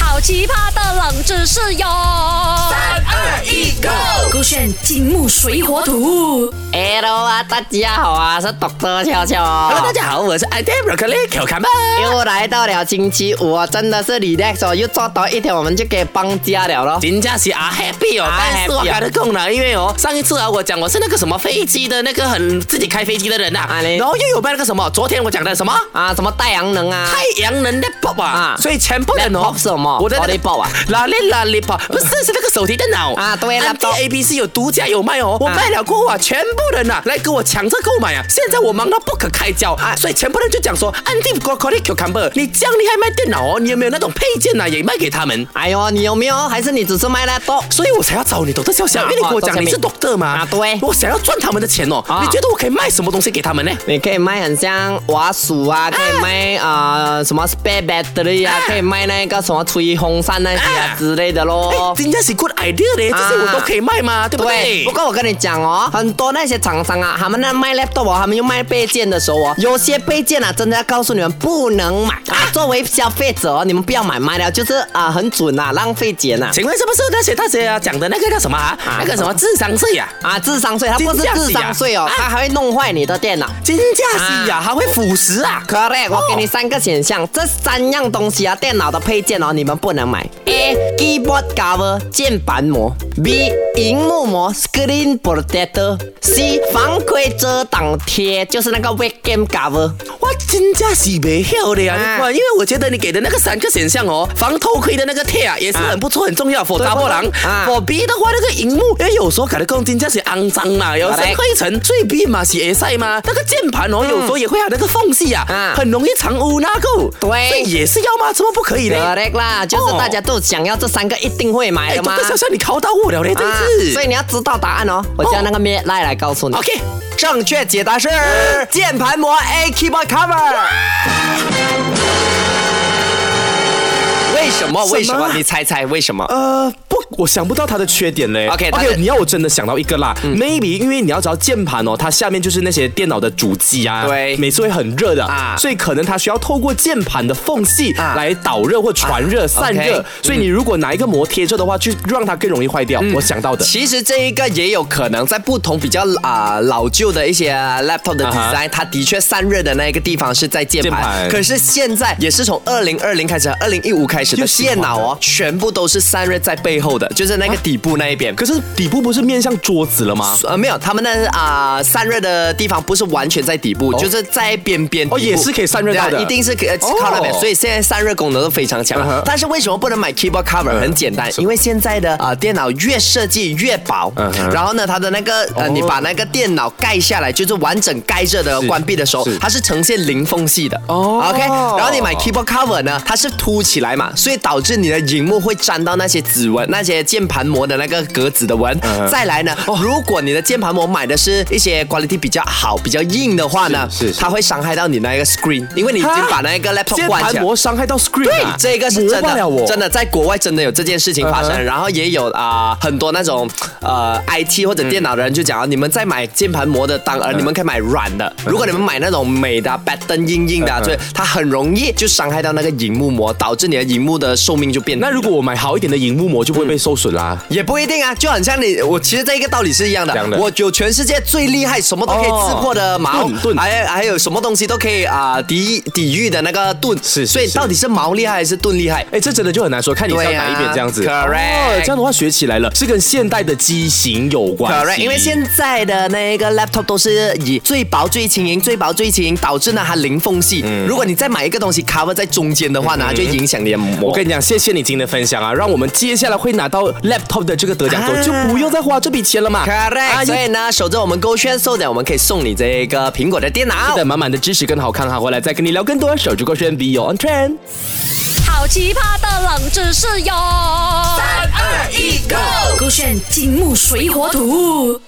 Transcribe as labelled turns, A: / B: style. A: 好奇葩的冷知识哟！三
B: 二一，Go！
A: 勾选金木水火土。
C: Hello 啊，大家好啊，是 Doctor 悄悄。
B: Hello，大家好，我是
C: 啊
B: i d e b r o c c o l i Q 看吧。
C: 又来到了星期五啊，真的是 relax 哦，又做到一天，我们就可以放假了咯。
B: 人家是啊 happy 哦，
C: 啊
B: 但是我
C: happy 哦
B: 跟他讲了，因为哦，上一次啊，我讲我是那个什么飞机的那个很自己开飞机的人呐、
C: 啊嘞
B: 然后又有卖那个什么，昨天我讲的什么
C: 啊，什么太阳能啊，
B: 太阳能 laptop 啊
C: 啊，
B: 所以全部人哦
C: Laptop 是什么
B: 我的
C: Lollipop 啊，
B: 拉力拉力 p 不是是那个手提电脑
C: 啊对
B: laptop
C: laptop
B: A B C 有独家有卖哦，我
C: 啊
B: 卖了过后啊，全部人呐来跟我抢着购买啊，现在我忙到不可开交啊，所以全部人就讲说安迪 g o c o l i c u c u m b e r 你这样厉害卖电脑哦，你有没有那种配件呐、也卖给他们？
C: 哎呦，你有没有？还是你只是卖那多？
B: 所以我才要找你懂得笑笑，
C: 啊
B: 因为你跟我
C: 哦
B: 讲
C: 懂
B: 你是
C: 小明
B: doctor 嘛，
C: 啊对
B: 我想要赚他们的钱哦
C: 啊，
B: 你觉得我可以卖什么东西给他们呢？
C: 你可以卖很像瓦数啊，可以卖呃什么 spare battery 啊
B: 啊，
C: 可以卖那个什么吹风扇那些
B: 啊
C: 啊之类的咯
B: 哎，。人家是 good idea 嘞，这些我都可以卖嘛，对不
C: 啊对，
B: 对
C: 不？过我跟你讲哦，很多那些厂商啊，他们那卖 laptop，、哦、他们又卖配件的时候哦，有些配件啊，真的要告诉你们不能买啊。作为消费者、哦，你们不要买卖了，就是啊、很准啊，浪费钱啊。
B: 请问是不是那些大学啊讲的那个叫什么啊？
C: 啊
B: 那个什么智商税啊？
C: 啊，智商税，它不是智商税哦
B: 金价，是啊
C: 它还会弄坏你的电脑。
B: 金价系呀，还会腐蚀啊？
C: Correct，我
B: 哦
C: 给你三个选项，这三样东西啊，电脑的配件哦，你们不能买。A. Keyboard cover 键盘膜，B. 荧幕膜 Screen protector，C. 防窥遮挡贴，就是那个 Webcam cover。
B: 哇，金价是没晓的呀！
C: 啊
B: 哇，因为我觉得你给的那个三个选项哦，防偷窥的那个贴啊，也是很不错，很重要。否
C: 对
B: 打破狼
C: 啊，
B: 否 B 的话，那个荧幕，因为有时候搞得讲金价是肮脏啦，有些
C: Correct
B: 灰尘，所以 B 嘛是 A 赛嘛，那个键盘哦，有时候也会有那个缝隙啊，
C: 嗯啊
B: 很容易藏污纳垢。
C: 对
B: 所以也是要吗？怎么不可以呢？
C: Correct 啦，就是大家都想要这三个，一定会买
B: 哎，
C: 的
B: 这
C: 嘛。
B: 个小小你考到我了嘞，这
C: 啊
B: 一次。
C: 所以你要知道答案哦，我叫那个 m i 来来告诉你。
B: OK。
C: 正确解答是
B: 嗯
C: 键盘膜 A keyboard cover。
D: 为什么？为什
B: 什
D: 么
B: 么？
D: 你猜猜为什么？
B: 呃，不，我想不到它的缺点嘞。
D: OK，它的嗯
B: OK，你要我真的想到一个啦、m a y b e 因为你要知道键盘哦，它下面就是那些电脑的主机啊，
D: 对
B: 每次会很热的
D: 啊
B: 所以可能它需要透过键盘的缝隙
D: 啊
B: 来导热或传热、散热
D: OK，嗯
B: 所以你如果拿一个膜贴着的话，就让它更容易坏掉。
D: 嗯
B: 我想到的。
D: 其实这一个也有可能在不同比较啊、老旧的一些 laptop 的
B: 啊哈
D: design，、它的确散热的那一个地方是在键
B: 键
D: 盘，
B: 盘
D: 可是现在也是从二零二零开始，二零一五开始的
B: 又喜欢
D: 电脑哦，全部都是散热在背后的，就是那个底部那一边。
B: 可是底部不是面向桌子了吗？
D: 呃，没有，他们那啊、散热的地方不是完全在底部，就是在边边底部。
B: 哦也是可以散热到的
D: 对啊一定是可以呃
B: 哦
D: 靠那边，所以现在散热功能都非常强。
B: 嗯哼嗯
D: 但是为什么不能买 keyboard cover？、很简单，因为现在的啊、电脑越设计越薄，
B: 嗯哼哦
D: 然后呢，它的那个呃、你把那个电脑盖下来，就是完整盖着的
B: 是
D: 关闭的时候
B: 是，
D: 它是呈现零缝隙的。
B: 哦
D: OK，然后你买 keyboard cover 呢，它是凸起来嘛，所以导致你的荧幕会沾到那些指纹、那些键盘膜的那个格子的纹。
B: 嗯
D: 再来呢，如果你的键盘膜买的是一些 quality 比较好、比较硬的话呢
B: 是是，是
D: 它会伤害到你那一个 screen，因为你已经
B: 啊
D: 把那个 laptop
B: 键
D: 关
B: 盘
D: 起来。
B: 膜伤害到 screen，、
D: 对
B: 啊、，
D: 这个是
B: 膜
D: 真
B: 罢了我
D: 的，真的在国外真的有这件事情发生
B: 嗯哼
D: 然后也有啊、很多那种呃 IT 或者电脑的人就讲啊，你们在买键盘膜的当儿，你们可以买软的，
B: 嗯
D: 如果你们买那种美的啊、板凳硬硬的啊，所以它很容易就伤害到那个荧幕膜，导致你的荧幕的寿命就变低
B: 那
D: 了。
B: 如果我买好一点的荧幕膜，就不会被受损啦、
D: 也不一定啊，就很像你，我其实这一个道理是一样的。
B: 这样的
D: 我有全世界最厉害，什么都可以
B: 哦
D: 刺破的矛，
B: 盾盾
D: 还还有什么东西都可以啊、抵抵御的那个盾。
B: 是是
D: 所以
B: 是
D: 到底是矛厉害还是盾厉害？
B: 哎，这真的就很难说，看你是要哪一边这样子。
D: 对啊
B: 哦
D: correct
B: 这样的话学起来了，是跟现代的机型有关系。
D: Correct，因为现在的那个 laptop 都是以最薄、最轻盈、最薄、最轻盈，导致呢它零缝隙。如果你再买一个东西 cover 在中间的话呢，就影响你的膜。
B: 我跟你讲，谢谢你今天的分享啊，让我们接下来会拿到 laptop 的这个得奖之后，
D: 啊
B: 就不用再花这笔钱了嘛。
D: Correct，、
B: 啊
D: 所以呢，守着我们勾选送的，我们可以送你这个苹果的电脑
B: 记。得满满的知识更好看哈，回来再跟你聊更多。守住歌轩 Be Your On Trend。
A: 好奇葩的冷知识哟！三二一，Go！勾选金木水火土。